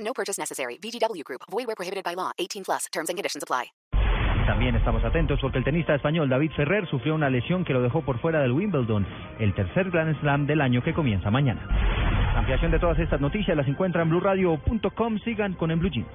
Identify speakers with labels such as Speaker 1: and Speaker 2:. Speaker 1: No purchase necessary. VGW Group. Void where prohibited by law. 18 plus. Terms and conditions apply.
Speaker 2: También estamos atentos porque el tenista español David Ferrer sufrió una lesión que lo dejó por fuera del Wimbledon, el tercer Grand Slam del año que comienza mañana. Ampliación de todas estas noticias las encuentran en blueradio.com. Sigan con En Blue Jeans.